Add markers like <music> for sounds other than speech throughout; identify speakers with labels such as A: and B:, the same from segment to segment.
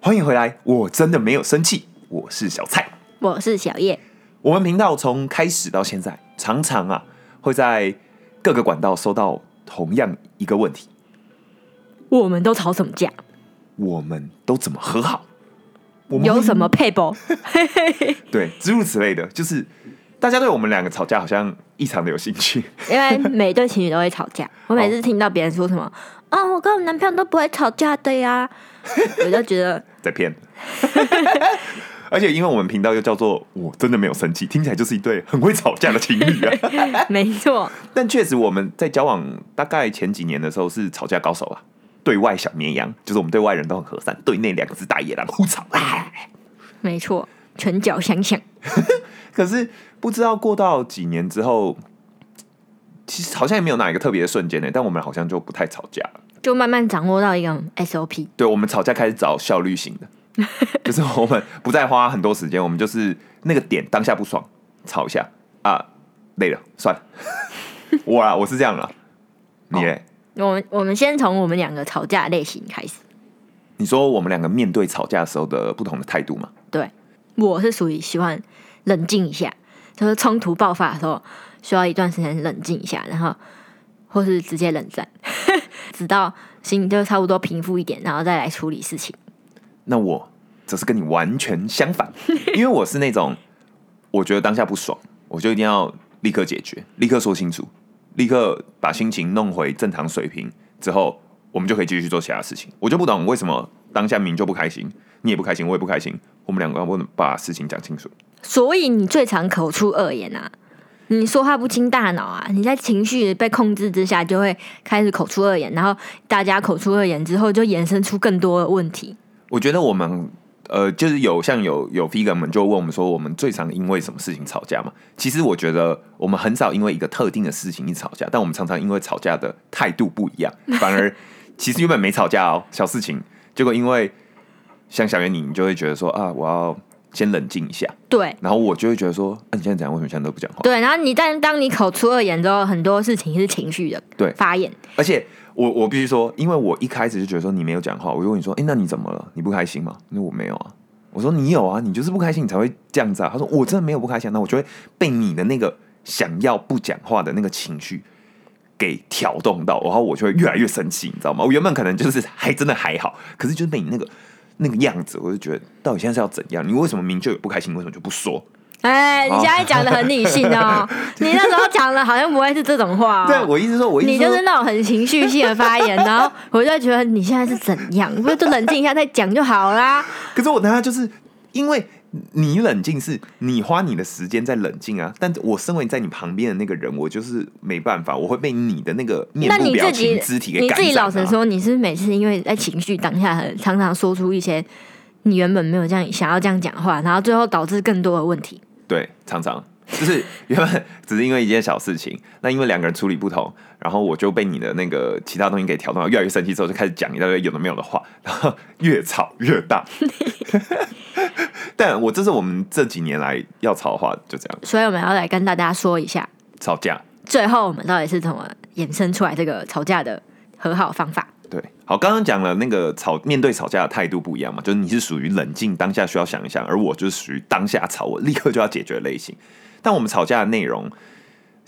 A: 欢迎回来，我真的没有生气，我是小蔡。
B: 我是小叶，
A: 我们频道从开始到现在，常常啊会在各个管道收到同样一个问题：
B: 我们都吵什么架？
A: 我们都怎么和好？我们
B: 有什么配不？
A: <laughs> 对诸如此类的，就是大家对我们两个吵架好像异常的有兴趣。 <laughs>
B: 因为每对情侣都会吵架。我每次听到别人说
A: <laughs>
B: 什么“啊、我跟我男朋友都不会吵架的呀”，我就觉得
A: 在
B: <laughs>
A: 骗。而且因为我们频道又叫做“我真的没有生气”，听起来就是一对很会吵架的情侣啊。
B: 没错，
A: 但确实我们在交往大概前几年的时候是吵架高手啊，对外小绵羊，就是我们对外人都很和善，对内两只大野狼互吵。啊
B: 没错，拳脚相向。
A: 可是不知道过到几年之后，其实好像也没有哪一个特别的瞬间呢、但我们好像就不太吵架了。
B: 就慢慢掌握到一个 SOP。
A: 对，我们吵架开始找效率型的，就是我们不再花很多时间，我们就是那个点当下不爽，吵一下啊，累了，算了。我啊，我是这样啦，你嘞、
B: 我们我们先从我们两个吵架类型开始。
A: 你说我们两个面对吵架的时候的不同的态度嘛？
B: 对，我是属于喜欢冷静一下，就是冲突爆发的时候需要一段时间冷静一下，然后或是直接冷战， <laughs> 直到心就差不多平复一点，然后再来处理事情。
A: 那我则是跟你完全相反，因为我是那种我觉得当下不爽，我就一定要立刻解决，立刻说清楚，立刻把心情弄回正常水平之后，我们就可以继续做其他事情。我就不懂为什么当下明明就不开心，你也不开心，我也不开心，我们两个要不能把事情讲清楚。
B: 所以你最常口出恶言啊，你说话不经大脑啊，你在情绪被控制之下就会开始口出恶言，然后大家口出恶言之后就延伸出更多的问题。
A: 我觉得我们呃，就是有像有有 figure 们就问我们说，我们最常因为什么事情吵架嘛？其实我觉得我们很少因为一个特定的事情一吵架，但我们常常因为吵架的态度不一样，反而其实原本没吵架哦，小事情，结果因为像小圆你，你就会觉得说啊，我要先冷静一下，
B: 对
A: 然后我就会觉得说，啊，你现在怎样？为什么现在都不讲话？
B: 对，然后你但当你口出恶言之后，很多事情是情绪的
A: 对
B: 发言，
A: 而且我我必须说，因为我一开始就觉得说你没有讲话，我就问你说，哎、那你怎么了？你不开心吗？那我没有啊。我说你有啊，你就是不开心，你才会这样子啊。他说我真的没有不开心啊，那我就会被你的那个想要不讲话的那个情绪给挑动到，然后我就会越来越生气，你知道吗？我原本可能就是还真的还好，可是就是被你那个那个样子，我就觉得到底现在是要怎样？你为什么明明就有不开心，为什么就不说？
B: 哎，你现在讲的很理性哦， <laughs> 你那时候讲的好像不会是这种话、哦。
A: <laughs> 对，我意思说，我意思
B: 你
A: 说
B: 就是那种很情绪性的发言，然后 <laughs> 我就觉得你现在是怎样，不是就冷静一下再讲就好啦。
A: 可是我当下就是因为你冷静，是你花你的时间在冷静啊。但我身为在你旁边的那个人，我就是没办法，我会被你的那个面
B: 那
A: 部
B: 你
A: 表
B: 自
A: 情、
B: 己
A: 肢体给
B: 你
A: 感染、啊。
B: 自己老实，说，你是每次因为在情绪当下很常常说出一些你原本没有这样想要这样讲话，然后最后导致更多的问题。
A: 对，常常就是原本只是因为一件小事情，那因为两个人处理不同，然后我就被你的那个其他东西给调动到，越来越生气之后，就开始讲一大堆有的没有的话，然后越吵越大。 <laughs> 但我这是我们这几年来要吵的话，就这样
B: 所以我们要来跟大家说一下，
A: 吵架。
B: 最后我们到底是怎么衍生出来这个吵架的和好方法。
A: 对，好，刚刚讲了那个吵面对吵架的态度不一样嘛，就是你是属于冷静当下需要想一想，而我就是属于当下吵，我立刻就要解决的类型。但我们吵架的内容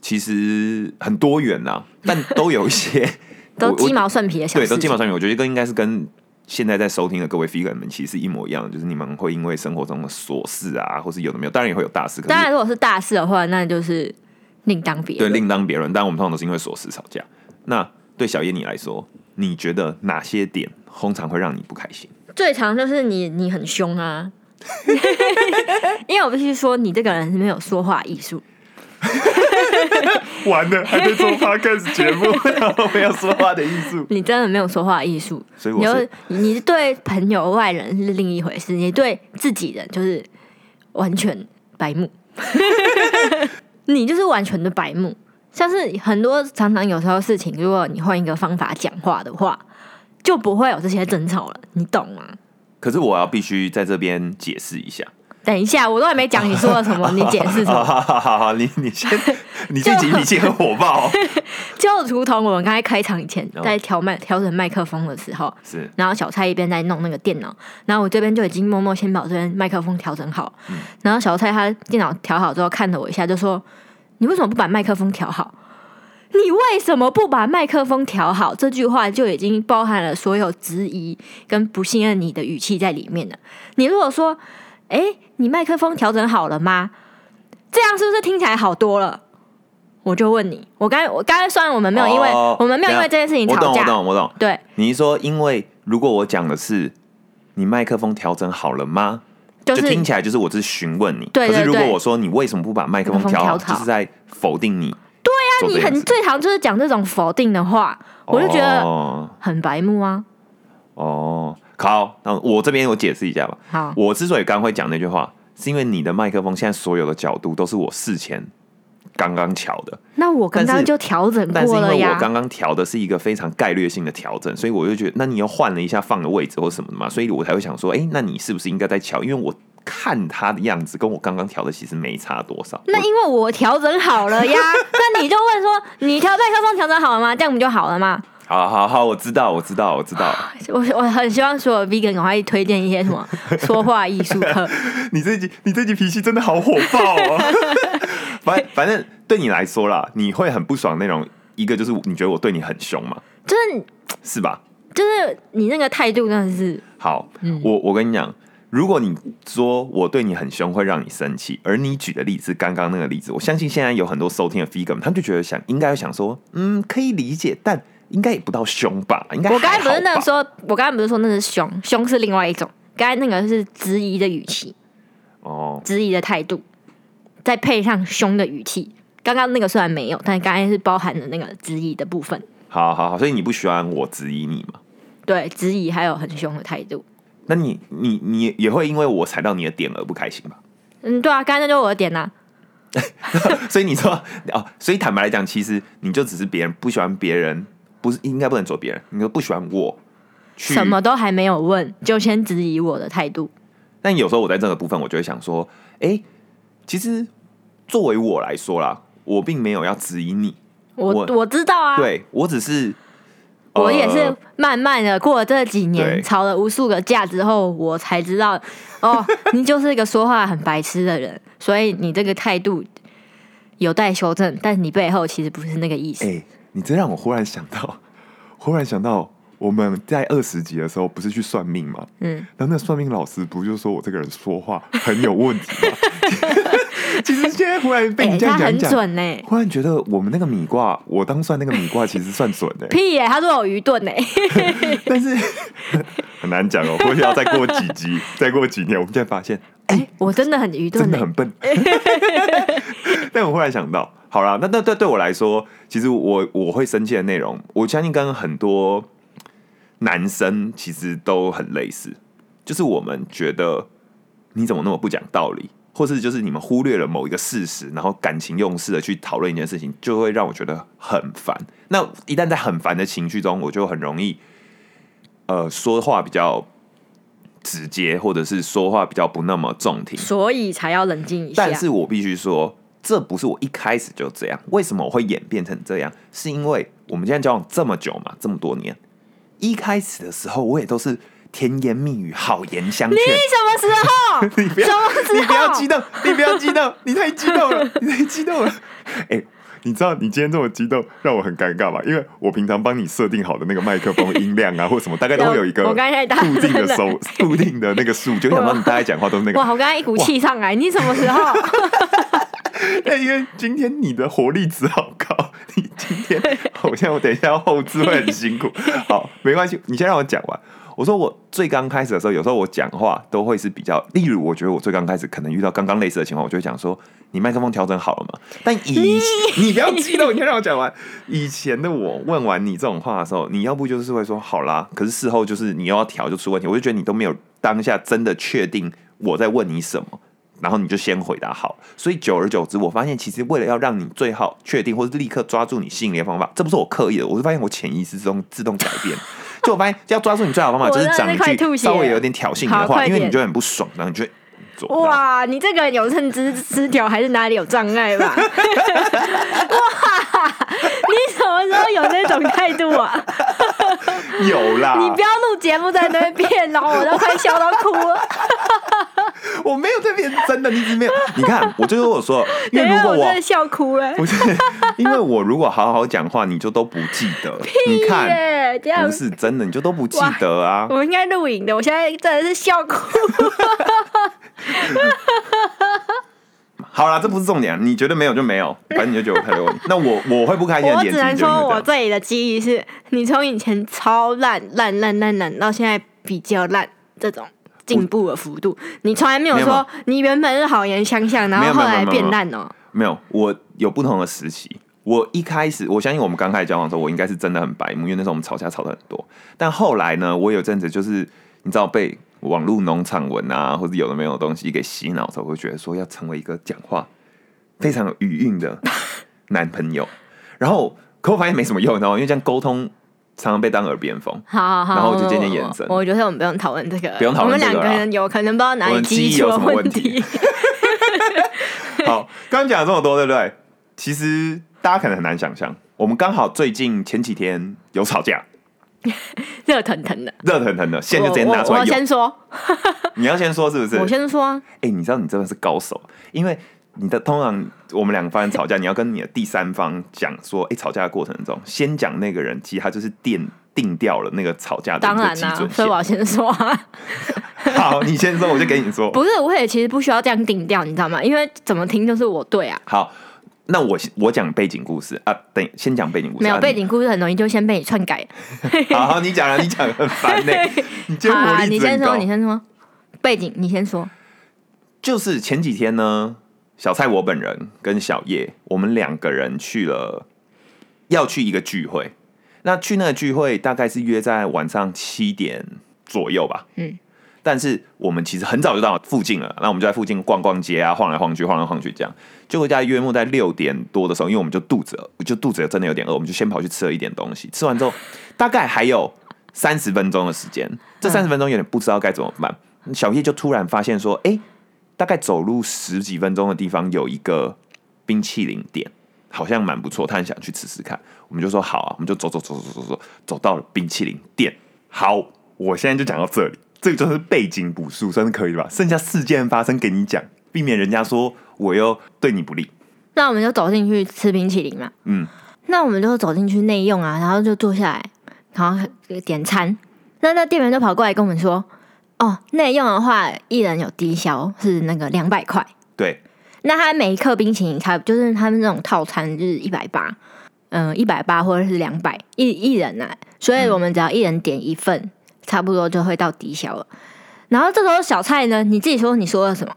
A: 其实很多元呐、但都有一些
B: <laughs> 都
A: 我我
B: 鸡毛蒜皮的小
A: 对，
B: 事
A: 都
B: 情，
A: 基本上有，我觉得跟应该是跟现在在收听的各位 figure 们其实是一模一样的，就是你们会因为生活中的琐事啊，或是有的没有，当然也会有大事，可
B: 当
A: 是
B: 然，如果是大事的话，那就是另当别
A: 对
B: 论。
A: 另当别论。但我们通常都是因为琐事吵架。那对小叶你来说，你觉得哪些点通常会让你不开心？
B: 最常就是你，你很凶啊， <laughs> 因为我必须说，你这个人是没有说话艺术。
A: 完了，还在做 podcast 节 <laughs> 目，然后没有说话的艺术。
B: 你真的没有说话艺术，
A: 所以我
B: 你
A: 是
B: 又你对朋友、外人是另一回事，你对自己人就是完全白目， <laughs> 你就是完全的白目。像是很多常常有时候事情，如果你换一个方法讲话的话，就不会有这些争吵了，你懂吗？
A: 可是我要必须在这边解释一下，啊
B: 等一下，我都还没讲你说了什么，你解释什
A: 好
B: 么？
A: 好好好好，你你先，你这集脾气很火爆哦，
B: 就如同我们刚才开场以前
A: 哦
B: 在调麦调整麦克风的时候，
A: 是
B: 然后小蔡一边在弄那个电脑，然后我这边就已经默默先把这边麦克风调整好。然后小蔡他电脑调好之后看了我一下，就说：“你为什么不把麦克风调好？你为什么不把麦克风调好？”这句话就已经包含了所有质疑跟不信任你的语气在里面了。你如果说：“哎，你麦克风调整好了吗？”这样是不是听起来好多了？我就问你，我刚才我刚才虽然我们没有因为、
A: 哦
B: 我们没有因为这件事情
A: 我
B: 吵
A: 懂我
B: 架，
A: 懂我懂。
B: 对，
A: 你是说，因为如果我讲的是你麦克风调整好了吗，
B: 就是
A: 听起来就是我是询问你。
B: 对对
A: 可是如果
B: 对
A: 我说你为什么不把麦克风调
B: 麦
A: 好，
B: 克风调
A: 就
B: 好
A: 是在否定你。对
B: 那啊你很最常就是讲这种否定的话，我就觉得
A: 哦
B: 很白目啊。
A: 哦，好，那我这边我解释一下吧。
B: 好，
A: 我之所以刚刚会讲那句话，是因为你的麦克风现在所有的角度都是我事前刚刚调的，
B: 那我刚
A: 但是
B: 刚就调整
A: 但是
B: 嗯过
A: 因
B: 了
A: 为我
B: 呀。
A: 刚刚调的是一个非常概略性的调整，所以我就觉得，那你又换了一下放的位置或什么的嘛，所以我才会想说，哎、那你是不是应该再调？因为我看他的样子跟我刚刚调的其实没差多少。
B: 那因为我调整好了呀，那你就问说你调麦克风调整好了吗？这样不就好了吗？
A: 好好好，我知道，我知道，我知道。
B: 我我很希望所有 vegan 赶快推荐一些什么说话艺术课，
A: 你这集你这集脾气真的好火爆哦。 <laughs> 反反正对你来说啦，你会很不爽那种，一个就是你觉得我对你很凶嘛，
B: 就是
A: 是吧？
B: 就是你那个态度真的是
A: 好，
B: 嗯
A: 我我跟你讲，如果你说我对你很凶，会让你生气，而你举的例子刚刚那个例子，我相信现在有很多收听的 figum，他们就觉得想应该想说，嗯，可以理解，但应该也不到凶吧，应该
B: 我刚才不是那
A: 样
B: 个，说，我刚才不是说那是凶，凶是另外一种，刚才那个是质疑的语气。
A: 哦，
B: 质疑的态度，再配上凶的语气。刚刚那个虽然没有，但刚才是包含了那个质疑的部分，
A: 好好好，所以你不喜欢我质疑你嘛？
B: 对质疑还有很凶的态度。
A: 那你你你也会因为我踩到你的点而不开心吧？ <laughs>
B: 嗯，对啊，刚才那就是我的点呐、
A: 所以你说哦，所以坦白来讲，其实你就只是别人不喜欢别人，不是应该不能说别人，你说不喜欢我，去
B: 什么都还没有问，就先质疑我的态度。
A: 但有时候我在这个部分，我就会想说，哎、其实作为我来说啦，我并没有要质疑你，
B: 我
A: 我
B: 我知道啊，
A: 对我只是，
B: 我
A: 呃
B: 也是慢慢的过了这几
A: 对
B: 年，吵了无数个架之后，我才知道，哦，你就是一个说话很白痴的人，所以你这个态度有待修正，但你背后其实不是那个意思。
A: 哎、你这让我忽然想到， <laughs> 忽然想到我们在二十集的时候不是去算命吗？
B: 嗯，
A: 然后那算命老师不就说我这个人说话很有问题吗？ <laughs> 其
B: <laughs>
A: 实现在忽然被你
B: 哎
A: 这
B: 他
A: 样讲一
B: 很
A: 讲，
B: 准呢、
A: 忽然觉得我们那个米卦，我当算那个米卦其实算准的、
B: 屁耶、他说我愚钝呢、
A: 但是 <laughs> 很难讲哦，或许要再过几集，再过几年，我们才发现
B: <laughs> 我真的很愚
A: 哎真
B: 钝呢、
A: 的很笨。但我忽然想到， <laughs> 好啦，那那对对我来说，其实我我会生气的内容，我相信跟很多男生其实都很类似，就是我们觉得你怎么那么不讲道理，或是就是你们忽略了某一个事实，然后感情用事的去讨论一件事情，就会让我觉得很烦。那一旦在很烦的情绪中，我就很容易，呃，说话比较直接，或者是说话比较不那么中听，
B: 所以才要冷静一下。
A: 但是我必须说，这不是我一开始就这样。为什么我会演变成这样？是因为我们现在交往这么久嘛，这么多年，一开始的时候我也都是甜言蜜语、好言相劝
B: 你。什么时
A: <laughs>
B: 候？
A: 你不要
B: 什么时，候
A: 你不要激动，你不要激动，你太激动了，你太激 <laughs> 动了。哎、你知道你今天这么激动，让我很尴尬吧？因为我平常帮你设定好的那个麦克风音量啊，或什么，大概都会有一个
B: 我刚才大
A: 固 <laughs> 定的收、固定的那个数，就想到你大概讲话都是 <laughs> 那个。
B: 哇，我刚才一股气上来，你什
A: <laughs>
B: 么时候？
A: 但因为今天你的活力值好高，你今天好像我等一下要后置会很辛苦。好，没关系，你先让我讲完。我说我最刚开始的时候，有时候我讲话都会是比较，例如我觉得我最刚开始可能遇到刚刚类似的情况，我就会讲说你麦克风调整好了吗？但以你不要激动，你先让我讲完。以前的我问完你这种话的时候，你要不就是会说好啦，可是事后就是你又要调就出问题，我就觉得你都没有当下真的确定我在问你什么。然后你就先回答好。所以久而久之，我发现其实为了要让你最好确定，或是立刻抓住你吸引力的方法，这不是我刻意的，我是发现我潜意识中自动改
B: <laughs>
A: 变。就我发现要抓住你最好的方法，
B: 我
A: 就是
B: 真
A: 讲
B: 的是快
A: 一
B: 吐
A: 句
B: 血了
A: 稍微有点挑衅你的
B: 好
A: 话，
B: 快
A: 因为
B: 点
A: 你就很不爽，然后你就会做。
B: 哇，你这个人有认知失调还是哪里有障
A: <laughs>
B: 碍吧？哇，你什么时候有那种态度啊？
A: 有啦，
B: 你不要录节目在那边骗哦，我都快笑到哭了。
A: 我没有在骗，真的，你只是没有。你看，我就是我
B: <laughs>
A: 说， <laughs> 因
B: 等
A: 为
B: 一
A: 如
B: 下
A: 果
B: 我
A: 我
B: 真的笑哭了。
A: 不是， <laughs> 因为我如果好好讲话，你就都不记
B: <laughs>
A: 得。你看，
B: 耶，这样
A: 不是真的，你就都不记得啊。
B: 我应该录影的，我现在真的是笑哭。
A: 好啦，这不是重点啊，你觉得没有就没有，反正你就觉得我太
B: <laughs>
A: 有问题。那我我会不开心的
B: 我
A: 点其
B: 只
A: 实
B: 能
A: 就
B: 说，
A: 因
B: 我
A: 为这样。
B: 这里的记忆是你从以前超烂烂烂烂烂到现在比较烂这种进步的幅度，你从来没有
A: 没有
B: 说你原本是好言相向，然
A: 没有没
B: 后后
A: 有
B: 来
A: 没有
B: 变烂哦、
A: 没有，我有不同的时期。我一开始，我相信我们刚开始交往的时候，我应该是真的很白目，因为那时候我们吵架吵得很多。但后来呢，我有阵子就是你知道被网络农场文啊，或者有的没有的东西给洗脑之后，我会觉得说要成为一个讲话非常有余韵的男朋友。然后，可我发现没什么用，你知道吗？因为这样沟通常常被当耳边风。
B: 好好好，
A: 然后我就渐渐延伸
B: 我我觉得我们不用讨论这个，
A: 不用讨论这个
B: 我
A: 啦
B: 们两个人有可能不知道哪
A: 我
B: 里
A: 们
B: 忆
A: 记忆
B: 出
A: 有
B: 了
A: 什么
B: 问
A: 问题
B: 题。 <laughs>
A: 好，刚刚讲了这么多，对不对？其实大家可能很难想象，我们刚好最近前几天有吵架，
B: 热腾腾的，
A: 热腾腾的，现在就直接拿出
B: 我
A: 来
B: 我
A: 用。
B: 我先说，
A: 你要先说是不是？
B: 我先说啊，
A: 哎、你知道你真的是高手，因为你的通常我们两个发生
B: <laughs>
A: 吵架，你要跟你的第三方讲说，哎、吵架的过程中，先讲那个人，其实他就是定定掉了那个吵架的一
B: 当
A: 个
B: 然
A: 基
B: 啦、
A: 准
B: 所
A: 线
B: 以我。要先说啊。
A: 好，你先说，我就给你说。
B: <laughs> 不是，我也其实不需要这样定调，你知道吗？因为怎么听都是我对啊，
A: 好，那我先我讲背景故事啊，等先讲背景故事。
B: 没有
A: 啊
B: 背。景故事很容易就先被你篡改。
A: 你好好，你讲了，你讲得很烦
B: <laughs>
A: 呢、你今
B: 好
A: 天活
B: 啊，
A: 力
B: 你
A: 值很
B: 先说，
A: 高
B: 你先说背景，你先说。
A: 就是前几天呢，小蔡我本人跟小叶，我们两个人去了，要去一个聚会。那去那个聚会大概是约在晚上七点左右吧。
B: 嗯，
A: 但是我们其实很早就到附近了，那我们就在附近逛逛街啊，晃来晃去，晃来晃去这样。结果大概约莫在六点多的时候，因为我们就肚子饿，就肚子真的有点饿，我们就先跑去吃了一点东西。吃完之后，大概还有三十分钟的时间，这三十分钟有点不知道该怎么办。小叶就突然发现说：“哎、大概走路十几分钟的地方有一个冰淇淋店，好像蛮不错，他很想去吃吃看。我们就说好啊，我们就走走走走走走，走到了冰淇淋店。好，我现在就讲到这里，这个就是背景补述，算是可以了吧？剩下事件发生给你讲，避免人家说我又对你不利。
B: 那我们就走进去吃冰淇淋嘛。
A: 嗯，
B: 那我们就走进去内用啊，然后就坐下来，然后点餐。那那店员就跑过来跟我们说：“哦，内用的话，一人有低消是那个两百块。
A: 对，
B: 那他每一克冰淇淋差不多，就是他们那种套餐就是一百八，嗯，一百八或者是两百一一人啊。所以我们只要一人点一份，差不多就会到低消了。然后这时候小菜呢，你自己说你说了什么？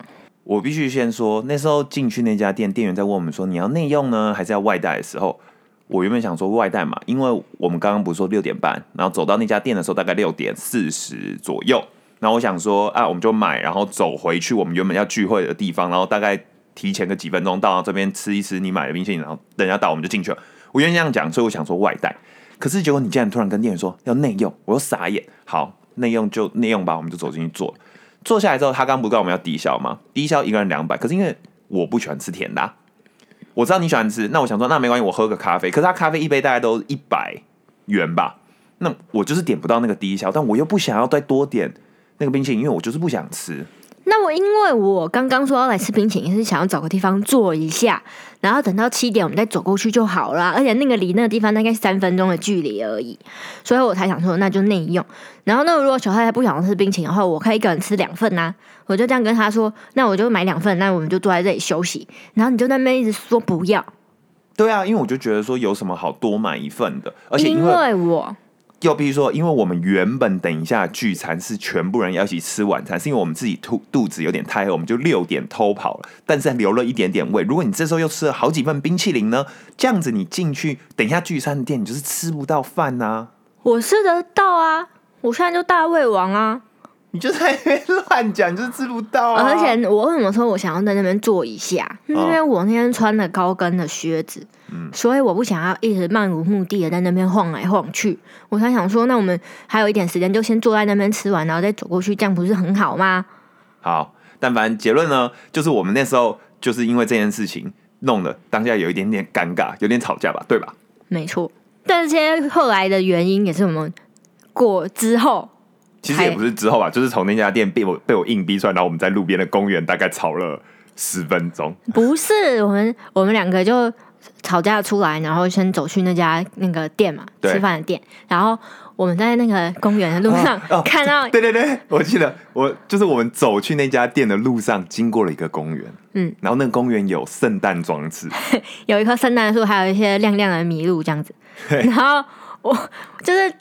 A: 我必须先说，那时候进去那家店，店员在问我们说你要内用呢，还是要外带的时候，我原本想说外带嘛，因为我们刚刚不是说六点半，然后走到那家店的时候大概六点四十左右，然后我想说啊，我们就买，然后走回去我们原本要聚会的地方，然后大概提前个几分钟到这边吃一吃你买的冰淇淋，然后等人家到我们就进去了。我原先这样讲，所以我想说外带，可是结果你竟然突然跟店员说要内用，我又傻眼。好，内用就内用吧，我们就走进去坐了。坐下来之后，他刚不是告诉我们要低消吗？低消一个人两百，可是因为我不喜欢吃甜的啊、我知道你喜欢吃，那我想说那没关系，我喝个咖啡。可是他咖啡一杯大概都一百元吧，那我就是点不到那个低消，但我又不想要再多点那个冰淇淋，因为我就是不想吃。
B: 那我因为我刚刚说要来吃冰淇淋，是想要找个地方坐一下，然后等到七点我们再走过去就好了啊。而且那个离那个地方大概三分钟的距离而已，所以我才想说那就内用。然后那如果小太太不想吃冰淇淋的话，我可以一个人吃两份呐、我就这样跟她说，那我就买两份，那我们就坐在这里休息。然后你就在那边一直说不要，
A: 对啊，因为我就觉得说有什么好多买一份的，而且因
B: 因
A: 为
B: 为我
A: 又必须说，因为我们原本等一下聚餐是全部人要一起吃晚餐，是因为我们自己肚肚子有点太饿，我们就六点偷跑了，但是还留了一点点胃。如果你这时候又吃了好几份冰淇淋呢，这样子你进去等一下聚餐的店，你就是吃不到饭呐、
B: 我吃得到啊，我现在就大胃王啊。
A: 你就在那边 <laughs> 乱讲，你就是吃不到、啊。
B: 哦而且我为什么说我想要在那边坐一下？
A: 嗯
B: 是因为我那天穿了高跟的靴子，所以我不想要一直漫无目的的在那边晃来晃去。我才想说，那我们还有一点时间，就先坐在那边吃完，然后再走过去，这样不是很好吗？
A: 好，但反正结论呢，就是我们那时候就是因为这件事情弄得当下有一点点尴尬，有点吵架吧，对吧？
B: 没错。但这些后来的原因也是我们过之后，
A: 其实也
B: 还
A: 不是之后吧，就是从那家店被我被我硬逼出来，然后我们在路边的公园大概吵了十分钟。
B: 不是我们 <laughs> 我们两个就吵架出来，然后先走去那家那个店嘛，
A: 对
B: 吃饭的店，然后我们在那个公园的路上、
A: 哦哦
B: 看到，
A: 对对对，我记得我就是我们走去那家店的路上，经过了一个公园，
B: 嗯，
A: 然后那个公园有圣诞装置，
B: 有一棵圣诞树，还有一些亮亮的麋鹿这样子。
A: 对
B: 然后我就是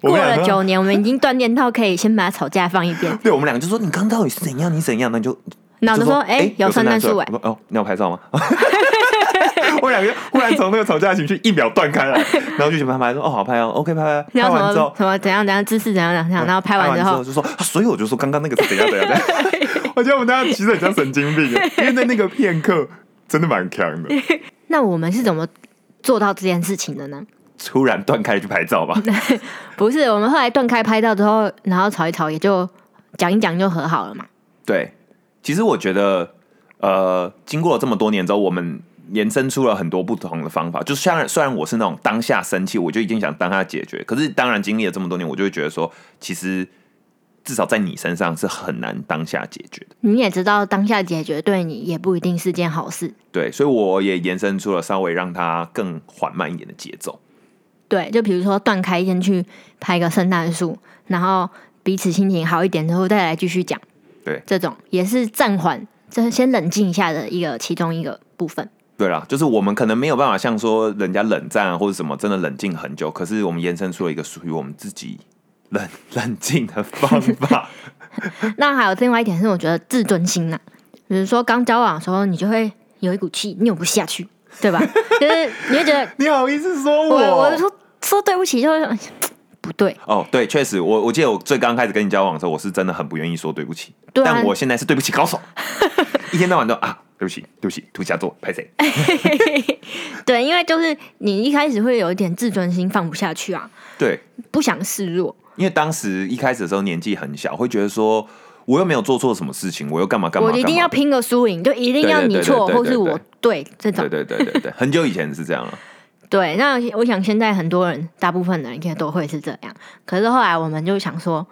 A: 我
B: 过
A: 们两
B: 了
A: 个
B: 九年，我们已经锻炼到可以先把吵架放一 <laughs> 边。
A: 对我们两个就说你刚到底是怎样，你怎样，那你就
B: 然后我
A: 就
B: 就说哎
A: 诶
B: 有圣诞树
A: 我
B: 哎
A: 说哦，你要拍照吗？ <laughs> 我们两个就忽然从那个吵架的情绪一秒断开来，然后就想拍拍说哦好拍哦，OK 拍拍，
B: 然
A: 拍
B: 后
A: 完
B: 什
A: 之后
B: 么什么怎样怎样姿势怎样怎样怎样， <laughs> 然后拍完之后
A: 就说，啊所以我就说刚刚那个是怎样怎样怎
B: <laughs>
A: 样。 <laughs> 我觉得我们大家其实很像神经病，因为在那个片刻真的蛮强
B: <laughs>
A: 的，
B: 那我们是怎么做到这件事情的呢？
A: 突然断开去拍照
B: <laughs>
A: 吧。
B: 不是，我们后来断开拍照之后，然后吵一吵，也就讲一讲就和好了嘛。
A: 对，其实我觉得，呃，经过了这么多年之后，我们延伸出了很多不同的方法。就虽然虽然我是那种当下生气，我就已经想当下解决，可是当然经历了这么多年，我就会觉得说，其实至少在你身上是很难当下解决的。
B: 你也知道，当下解决对你也不一定是件好事。
A: 对，所以我也延伸出了稍微让它更缓慢一点的节奏。
B: 对，就比如说断开先去拍个圣诞树，然后彼此心情好一点之后再来继续讲。
A: 对
B: 这种也是暂缓，这先冷静一下的一个其中一个部分。
A: 对啦，就是我们可能没有办法像说人家冷战啊或者什么，真的冷静很久。可是我们延伸出了一个属于我们自己冷 <laughs> 冷静的方法。
B: 那还有另外一点是，我觉得自尊心呐、比如说刚交往的时候，你就会有一股气扭不下去，对吧？ <laughs> 就是你会觉得
A: 你好意思说
B: 我我就说说对不起，就会想不对，
A: 哦，对，确实，我我记得我最刚开始跟你交往的时候，我是真的很不愿意说对不起，
B: 对啊
A: 但我现在是对不起高手，一天到晚都啊，对不起，对不起，土下座，拍谁？
B: 对，因为就是你一开始会有一点自尊心放不下去啊，
A: 对，
B: 不想示弱，
A: 因为当时一开始的时候年纪很小，会觉得说我又没有做错什么事情，我又干嘛干嘛，
B: 我一定要
A: 干嘛
B: 拼个输赢，就一定要你
A: 对对对对
B: 错
A: 对
B: 或是我对这种
A: 对。对对对对，很久以前是这样了，
B: 对，那我想现在很多人，大部分的人应该都会是这样。可是后来我们就想说，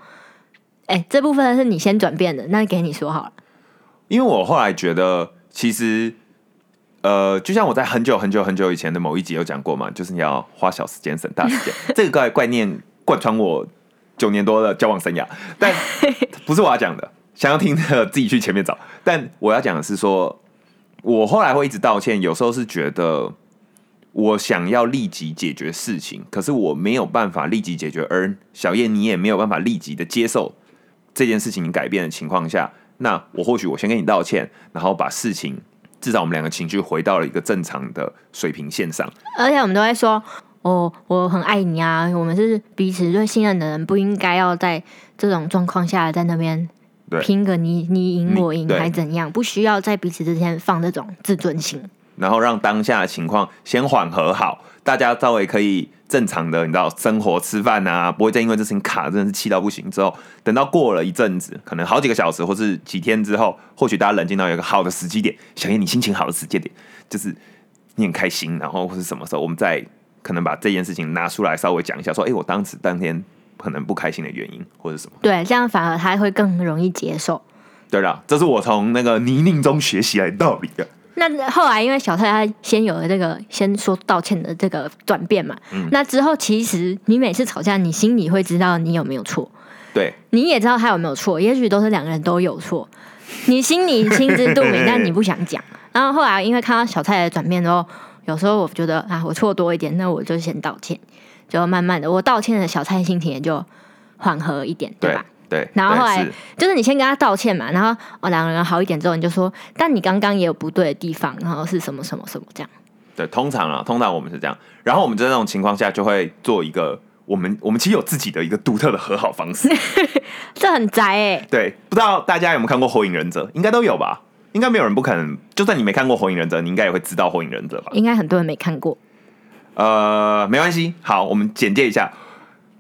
B: 哎，这部分是你先转变的，那给你说好了。
A: 因为我后来觉得其实。呃，就像我在很久很久很久以前的某一集有讲过嘛，就是你要花小时间省大时间，这个概概念贯穿我九年多的交往生涯，但不是我要讲的，想要听的自己去前面找。但我要讲的是说，我后来会一直道歉，有时候是觉得我想要立即解决事情，可是我没有办法立即解决，而小叶你也没有办法立即的接受这件事情改变的情况下，那我或许我先跟你道歉，然后把事情至少我们两个情绪回到了一个正常的水平线上。
B: 而且我们都会说，哦，我很爱你啊，我们是彼此最信任的人，不应该要在这种状况下在那边
A: 对
B: 拼个你你赢
A: 你
B: 我赢
A: 对
B: 还怎样，不需要在彼此之间放这种自尊心。
A: 然后让当下的情况先缓和好，大家稍微可以正常的，你知道生活、吃饭啊，不会再因为这事情卡，真的是气到不行。之后等到过了一阵子，可能好几个小时或是几天之后，或许大家冷静到有一个好的时机点，小叶你心情好的时间点，就是你很开心，然后或是什么时候，我们再可能把这件事情拿出来稍微讲一下，说，哎，我当时当天可能不开心的原因或者什么。
B: 对，这样反而他会更容易接受。
A: 对了，这是我从那个泥泞中学习来的道理的。
B: 那后来因为小蔡他先有了这个先说道歉的这个转变嘛，那之后其实你每次吵架，你心里会知道你有没有错，
A: 对，
B: 你也知道他有没有错，也许都是两个人都有错，你心里心知肚明，但你不想讲。然后后来因为看到小蔡的转变之后，有时候我觉得啊，我错多一点，那我就先道歉，就慢慢的我道歉了，小蔡心情也就缓和一点，对
A: 对
B: 吧？，
A: 对。
B: 然后
A: 对
B: 后来
A: 是
B: 就是你先跟他道歉嘛，然后哦两个人好一点之后，你就说，但你刚刚也有不对的地方，然后是什么什么什么这样。
A: 对，通常啊，通常我们是这样，然后我们在那种情况下就会做一个，我们我们其实有自己的一个独特的和好方
B: <laughs>
A: 式。
B: 这很宅哎、
A: 对，不知道大家有没有看过《火影忍者》？应该都有吧？应该没有人不可能，就算你没看过《火影忍者》，你应该也会知道《火影忍者》吧？
B: 应该很多人没看过。
A: 呃，没关系，好，我们简介一下，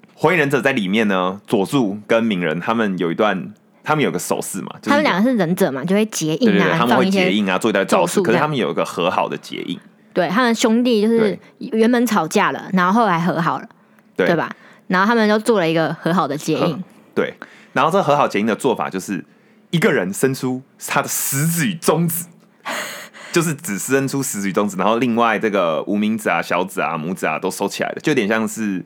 A: 《火影忍者》在里面呢，佐助跟鸣人他们有一段他们有个手势嘛，就是、
B: 他们两个是忍者嘛，就会结
A: 对
B: 印
A: 对对，
B: 啊，
A: 他们
B: 放
A: 会
B: 一
A: 结
B: 些
A: 印啊，做一段招
B: 咒
A: 式，
B: 术
A: 可是
B: 这样
A: 他们有一个和好的结印，
B: 对他们兄弟就是
A: 对
B: 原本吵架了，然后后来和好了，
A: 对
B: 对吧？然后他们就做了一个和好的结
A: 和
B: 印，
A: 对，然后这和好结印的做法就是一个人伸出他的食指与中指， <laughs> 就是只伸出食指与中指，然后另外这个无名指啊、小指啊、拇指啊都收起来了，就有点像是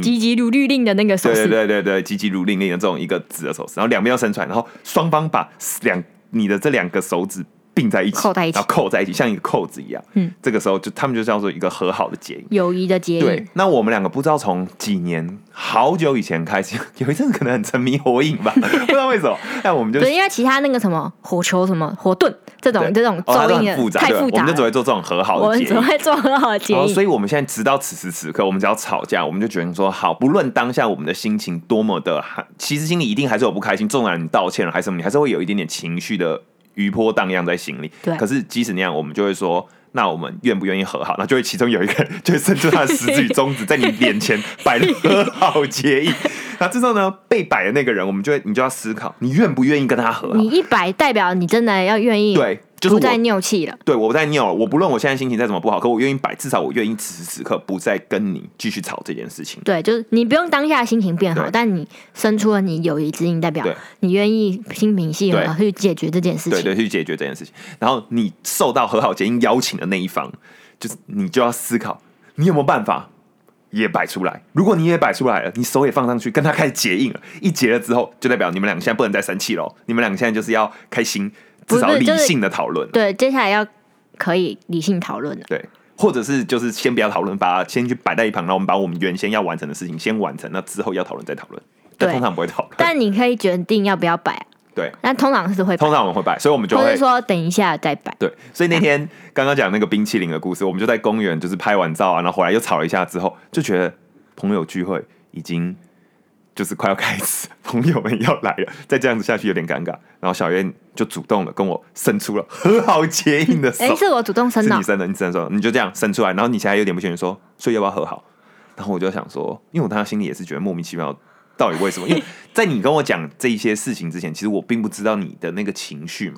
B: 急急如律令的那个手
A: 嗯对对
B: 势，
A: 对对对，急急如律令的这种一个指的手势，然后两边要伸出来，然后双方把两你的这两个手指并在一起，
B: 扣在一起
A: 然后扣在一起，像一个扣子一样。
B: 嗯，
A: 这个时候就他们就叫做一个和好的结印。
B: 友谊的结
A: 对
B: 印，，
A: 那我们两个不知道从几年好久以前开始， <laughs> 有一阵子可能很沉迷火影吧， <laughs> 不知道为什么。但我们就
B: 对，因为其他那个什么火球、什么火盾这种
A: 对
B: 这种
A: 哦它
B: 咒
A: 都
B: 印
A: 很复
B: 的
A: 杂，
B: 太
A: 对
B: 复
A: 我
B: 杂
A: 们就只
B: 了，
A: 会做这种和好
B: 我
A: 的
B: 们
A: 结
B: 只
A: 印。
B: 会做很好的结
A: 然后，所
B: 印，
A: 以我们现在直到此时此刻，我们只要吵架，我们就决定说，好，不论当下我们的心情多么的，其实心里一定还是有不开心。纵然你道歉了，还是什么，你还是会有一点点情绪的余波荡漾在心里。
B: 对
A: 可是即使那样，我们就会说。那我们愿不愿意和好？那就会其中有一个人就会伸出他的食指与中指，在你脸前摆了和好结印。那这时候呢，被摆的那个人，我们就会你就要思考，你愿不愿意跟他和好？
B: 你一百代表你真的要愿意，
A: 对，就是
B: 不
A: 我
B: 再拗气了。
A: 对，我在尿了。我不论我现在心情再怎么不好，可我愿意摆，至少我愿意此时此刻不再跟你继续吵这件事情。
B: 对，就是你不用当下心情变好
A: 对，
B: 但你生出了你友谊之印，代表
A: 对
B: 你愿意心平气和
A: 对
B: 去解决这件事
A: 对
B: 情。
A: 对，去解决这件事情。然后你受到和好结应邀请的那一方，就是你就要思考，你有没有办法也摆出来？如果你也摆出来了，你手也放上去，跟他开始结印了，一结了之后，就代表你们两个现在不能再生气喽，你们两个现在就是要开心，
B: 不
A: 至
B: 是
A: 少
B: 不是
A: 理
B: 就是
A: 性的讨论。
B: 对，接下来要可以理性讨论了。
A: 对，或者是就是先不要讨论，把它先去摆在一旁，然后我们把我们原先要完成的事情先完成，那之后要讨论再讨论。但
B: 对
A: 通常不会讨论，
B: 但你可以决定要不要摆，
A: 对，
B: 但通常是会摆，
A: 通常我们会摆，所以我们就
B: 或
A: 会
B: 者说等一下再摆。
A: 对。所以那天刚刚讲那个冰淇淋的故事，我们就在公园就是拍完照啊，然后回来又吵了一下之后，就觉得朋友聚会已经就是快要开始，朋友们要来了，再这样子下去有点尴尬。然后小燕就主动的跟我伸出了和好结印的手，
B: 哎，是我主动生
A: 是
B: 的
A: 你，伸的，你只能说你就这样伸出来，然后你现在有点不确定说，所以要不要和好？然后我就想说，因为我当时心里也是觉得莫名其妙，到底为什么？因为在你跟我讲这一些事情之前，其实我并不知道你的那个情绪嘛，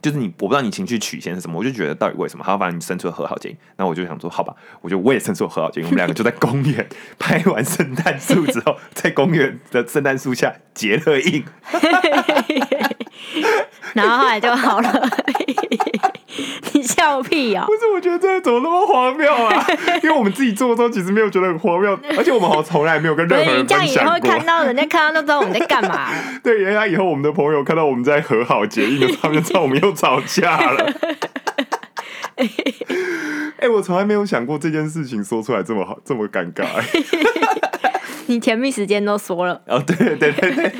A: 就是你我不知道你情绪曲线是什么，我就觉得到底为什么？好，反正你伸出了和好建议，然后我就想说，好吧，我就我也伸出了和好建议，我们两个就在公园拍完圣诞树之后，在公园的圣诞树下结了印，
B: 然后后来就好了。 <laughs> 你笑屁哦！
A: 不是，我觉得这怎么那么荒谬
B: <laughs>
A: 啊？因为我们自己做的时候，其实没有觉得很荒谬，而且我们好像从来没有跟
B: 所
A: 任
B: 以
A: 何
B: 你
A: 人
B: 这样
A: 分
B: 以后
A: 享
B: 看
A: 过。
B: 到人家看到都知道我们在干嘛了。
A: 对，人家以后我们的朋友看到我们在和好结义的时候，他们就知道我们又吵架了。
B: <laughs>
A: 哎、我从来没有想过这件事情说出来这么好，这么尴
B: <laughs>
A: 尬、欸。
B: 你甜蜜时间都说了，
A: 哦，对对对对，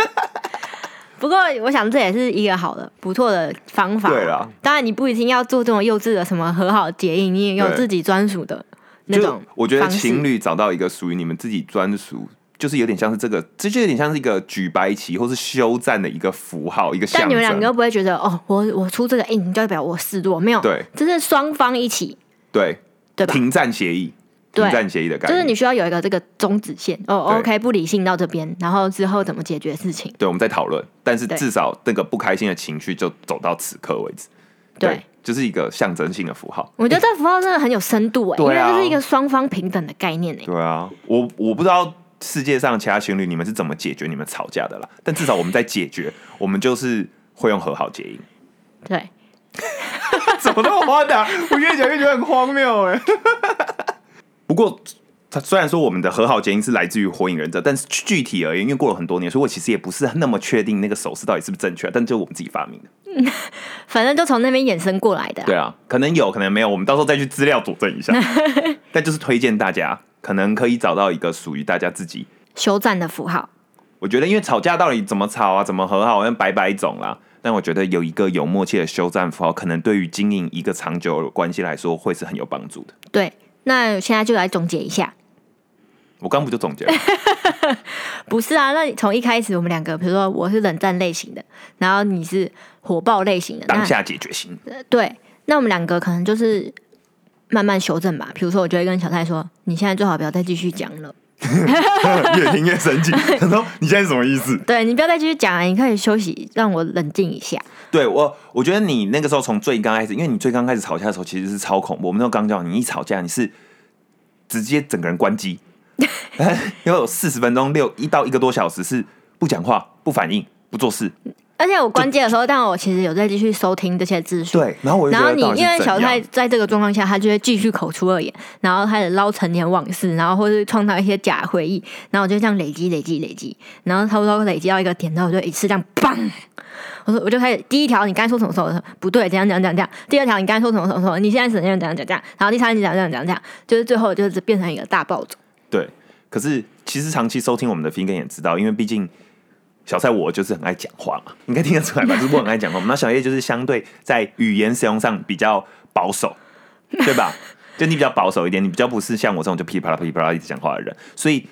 B: 不过我想这也是一个好的、不错的方法。
A: 对啦，
B: 当然你不一定要做这种幼稚的什么和好结印，你也有
A: 对
B: 自己专属的那
A: 就
B: 种。
A: 我觉得情
B: 侣，
A: 侣找到一个属于你们自己专属，就是有点像是这个，这就有点像是一个举白旗或是休战的一个符号，一个象征。
B: 但你们两个不会觉得哦，我我出这个印就代表我示弱，没有，
A: 对，
B: 这是双方一起，
A: 对
B: 对吧？
A: 停战协议，
B: 对
A: 停战协议的概
B: 就
A: 念，
B: 是你需要有一个这个终止线哦
A: 对
B: ，OK，不理性到这边，然后之后怎么解决事情？
A: 对我们在讨论，但是
B: 对
A: 至少那个不开心的情绪就走到此刻为止，
B: 对，
A: 就是一个象征性的符号。
B: 我觉得这符号真的很有深度哎、因
A: 对
B: 为
A: 啊
B: 这是一个双方平等的概念哎、
A: 对啊，我我不知道世界上其他情侣你们是怎么解决你们吵架的啦，但至少我们在解
B: <laughs>
A: 决，我们就是会用和好结音。
B: 对，
A: 怎么那啊么荒唐？我越讲越觉得很荒谬哎、 <laughs> 不过，它虽然说我们的和好结因是来自于《火影忍者》，但是具体而言，因为过了很多年，所以我其实也不是那么确定那个手势到底是不是正确，但就是我们自己发明的。
B: 反正就从那边衍生过来的啊、
A: 对啊，可能有可能没有，我们到时候再去资料佐证一下。但就是推荐大家，可能可以找到一个属于大家自己。
B: 休战的符号。
A: 我觉得，因为吵架到底怎么吵啊，怎么和好，好像百百种啦。但我觉得有一个有默契的休战符号，可能对于经营一个长久的关系来说，会是很有帮助的。
B: 对，那现在就来总结一下。
A: 我刚不就总结了吗？
B: 不是啊，那你从一开始我们两个，比如说我是冷战类型的，然后你是火爆类型的，
A: 当
B: 那
A: 下解决型。
B: 呃对，那我们两个可能就是慢慢修正吧。比如说，我就会跟小蔡说，你现在最好不要再继续讲了，
A: 越听越生气。他说：“你现在是什么意思
B: 对你不要再继续讲了，你可以休息，让我冷静一下。？”
A: 对我，我觉得你那个时候从最刚开始，因为你最刚开始吵架的时候其实是超恐怖。我们那时候刚教你一吵架，你是直接整个人关
B: <laughs>
A: 机，要有四十分钟六一到一个多小时是不讲话、不反应、不做事。
B: 而且我关机的时候，但我其实有在继续收听这些资讯。
A: 对，然后我就
B: 然
A: 觉
B: 后
A: 得
B: 你
A: 到底是
B: 因为
A: 怎
B: 小
A: 样
B: 蔡在这个状况下，他就会继续口出恶言，然后开始捞陈年往事，然后或是创造一些假回忆，然后我就这样累积、累积、累积，然后差不多累积到一个点之后，我就一次这样砰，我说我就开始第一条你刚才说什么什么什么不对，怎样怎样怎样怎样，第二条你刚才说什么什么什么，你现在怎样怎样怎样怎样，然后第三你怎样怎样怎样怎样，就是最后就是变成一个大暴走。
A: 对，可是其实长期收听我们的 Fin 也知道，因为毕竟小蔡我就是很爱讲话嘛，你应该听得出来吧？就是我很爱讲话嘛。那小叶就是相对在语言使用上比较保守，对吧？就你比较保守一点，你比较不是像我这种就噼里啪啦噼里啪啦一直讲话的人，所以。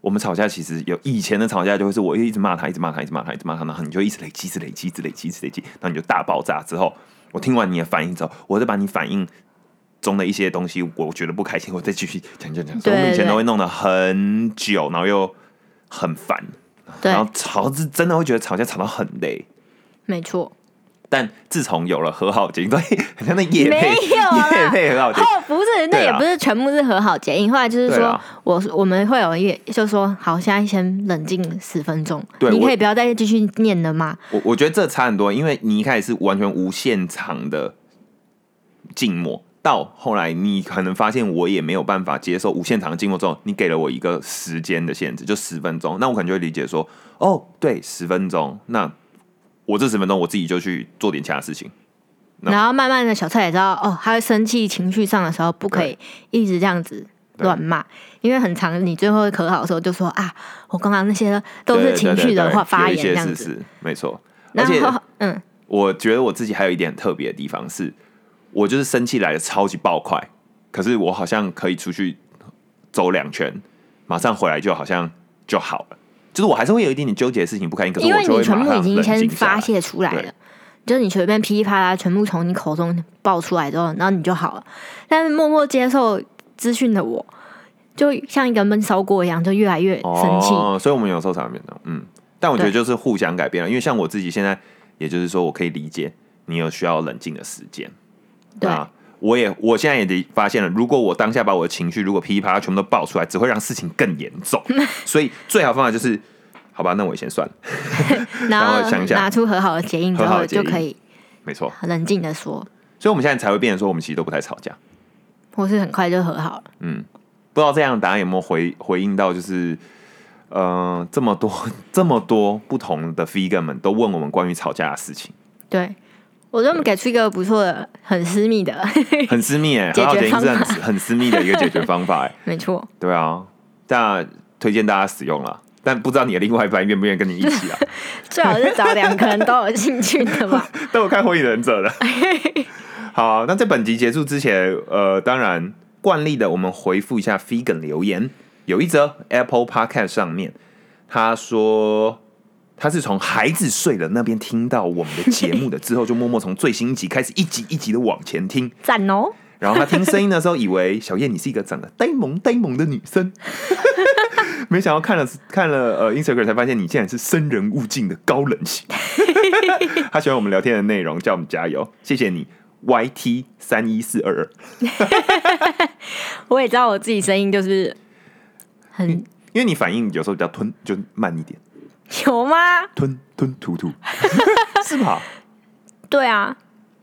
A: 我们吵架其实有以前的吵架就会是我一直骂他，一直骂他，一直骂他，一直骂他，然后你就一直累积，一直累积，一直累积，一直累积，然后你就大爆炸。之后我听完你的反应之后，我再把你反应中的一些东西，我觉得不开心，我再继续讲讲讲。所以我们以前
B: 对
A: 都会弄得很久，然后又很烦，
B: 对
A: 然，后吵是真的会觉得吵架吵到很累。
B: 没错，
A: 但自从有了和好结应，对，很像那夜配，
B: 没有啦
A: 夜配和好结
B: 哦，不是，那
A: 对
B: 也
A: 啦
B: 不是全部是和好结印，后来就是
A: 对啊
B: 说
A: 啦，
B: 我我们会有一，就说好，现在先冷静十分钟，
A: 对
B: 你
A: 我
B: 可以不要再继续念了吗？
A: 我我觉得这差很多，因为你一开始是完全无限长的静默，到后来你可能发现我也没有办法接受无限长的静默之后，你给了我一个时间的限制，就十分钟，那我可能就会理解说，哦，对，十分钟，那我这十分钟我自己就去做点其他事情。那
B: 然后慢慢的小蔡也知道，哦，他会生气、情绪上的时候，不可以一直这样子
A: 对
B: 乱骂，因为很长，你最后和好的时候就说啊，我刚刚那些都
A: 对
B: 是
A: 对
B: 情绪
A: 对
B: 的
A: 对
B: 话发
A: 有一
B: 言这
A: 些
B: 样
A: 事
B: 子。
A: 实没错。而
B: 然
A: 且
B: 后，嗯，
A: 我觉得我自己还有一点很特别的地方是，我就是生气来的超级爆快，可是我好像可以出去走两圈，马上回来就好像就好了。就是我还是会有一点点纠结的事情不开心，可是
B: 因
A: 我
B: 为
A: 就
B: 你
A: 会
B: 全
A: 马
B: 部已
A: 上
B: 经
A: 冷
B: 先
A: 静下
B: 发
A: 来。
B: 泄出来了
A: 对，
B: 就是你随便噼里啪啦，全部从你口中爆出来之后，然后你就好了。但是默默接受资讯的我，就像一个闷烧锅一样，就越来越生气。
A: 哦，所以我们有时候才会变这样嗯，但我觉得
B: 对
A: 就是互相改变了，因为像我自己现在，也就是说，我可以理解你有需要冷静的时间。
B: 对
A: 那我也我现在也得发现了，如果我当下把我的情绪如果噼里啪啦全部都爆出来，只会让事情更严
B: <laughs>
A: 重。所以最好方法就是，好吧，那我也先算了，
B: 然
A: 然
B: 后
A: 后想一下
B: 拿出和好的结印之
A: 和好
B: 后，
A: 的结
B: 就
A: 印
B: 可以
A: 没错。
B: 很冷静的说，
A: 所以我们现在才会变成说，我们其实都不太吵架。
B: 或是很快就和好了。
A: 不知道这样的答案有没有回回应到，就是呃，这么多 <laughs> 这么多不同的 vegan 们都问我们关于吵架的事情。
B: 对，我觉得我们给出一个不错的、很私密的， <laughs>
A: 很私密哎、欸，
B: 解
A: 很好
B: 决
A: 决定
B: 方
A: 是
B: 法
A: 很私很私密的一个解决方法哎、
B: 没错，
A: 对啊，但推荐大家使用啦。但不知道你的另外一半愿不愿意跟你一
B: <laughs>
A: 起啊？
B: 最好是找两个人都有兴趣
A: <laughs>
B: 的吧。
A: 但我看《火影忍者》
B: <laughs>
A: 的。好啊、那在本集结束之前，呃，当然惯例的，我们回复一下 Figan 留言。有一则 Apple Podcast 上面，他说他是从孩子睡了那边听到我们的节目的，之后就默默从最新一集开始，一集一集的往前听。
B: 赞哦，
A: 然后他听声音的时候，以为小叶你是一个长得呆萌呆萌的女生，没想到看了看了呃 Instagram 才发现你竟然是生人勿近的高冷型。他喜欢我们聊天的内容，叫我们加油，谢谢你 YT 三一四二二。
B: 我也知道我自己声音就是很
A: 因为你反应有时候比较吞，就慢一点，
B: 有吗？
A: 吞吞吐吐，是吧？
B: 对啊，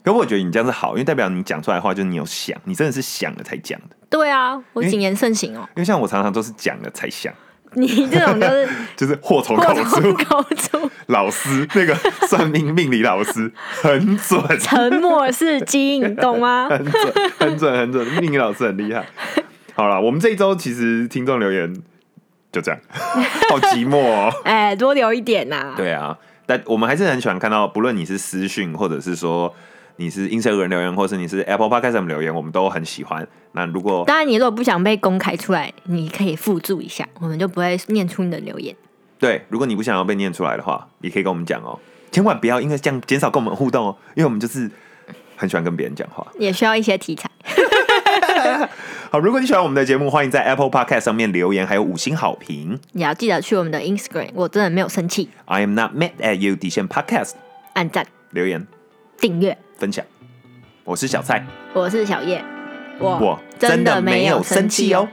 A: 可我觉得你这样是好，因为代表你讲出来的话就是你有想，你真的是想了才讲的。
B: 对啊，我
A: 因为
B: 谨言慎行哦。
A: 因为像我常常都是讲了才想，
B: <laughs> 你这种就是
A: 就是祸从
B: 祸
A: 口
B: 从
A: 出。
B: 口出，
A: 老师，那个算命命理老师很准，
B: 沉默是金，你懂吗？
A: 很准，很准，很准，命理老师很厉害。好了，我们这一周其实听众留言就这样， <laughs> 好寂寞哦。
B: 哎，多留一点呐、
A: 对啊，但我们还是很喜欢看到，不论你是私讯，或者是说你是 Instagram 留言，或是你是 Apple Podcast 上面留言，我们都很喜欢。那如果
B: 当然，你如果不想被公开出来，你可以附注一下，我们就不会念出你的留言。
A: 对，如果你不想要被念出来的话，也可以跟我们讲哦，千万不要因为这样减少跟我们互动哦，因为我们就是很喜欢跟别人讲话。
B: 也需要一些题材。
A: 好，如果你喜欢我们的节目，欢迎在 Apple Podcast 上面留言，还有五星好评。
B: 也要记得去我们的 Instagram，我真的没有生气，
A: I am not mad at you 底线 Podcast
B: 按赞
A: 留言
B: 订阅。
A: 分享。我是小蔡，
B: 我是小叶，
A: 哦我真的没有生气哦。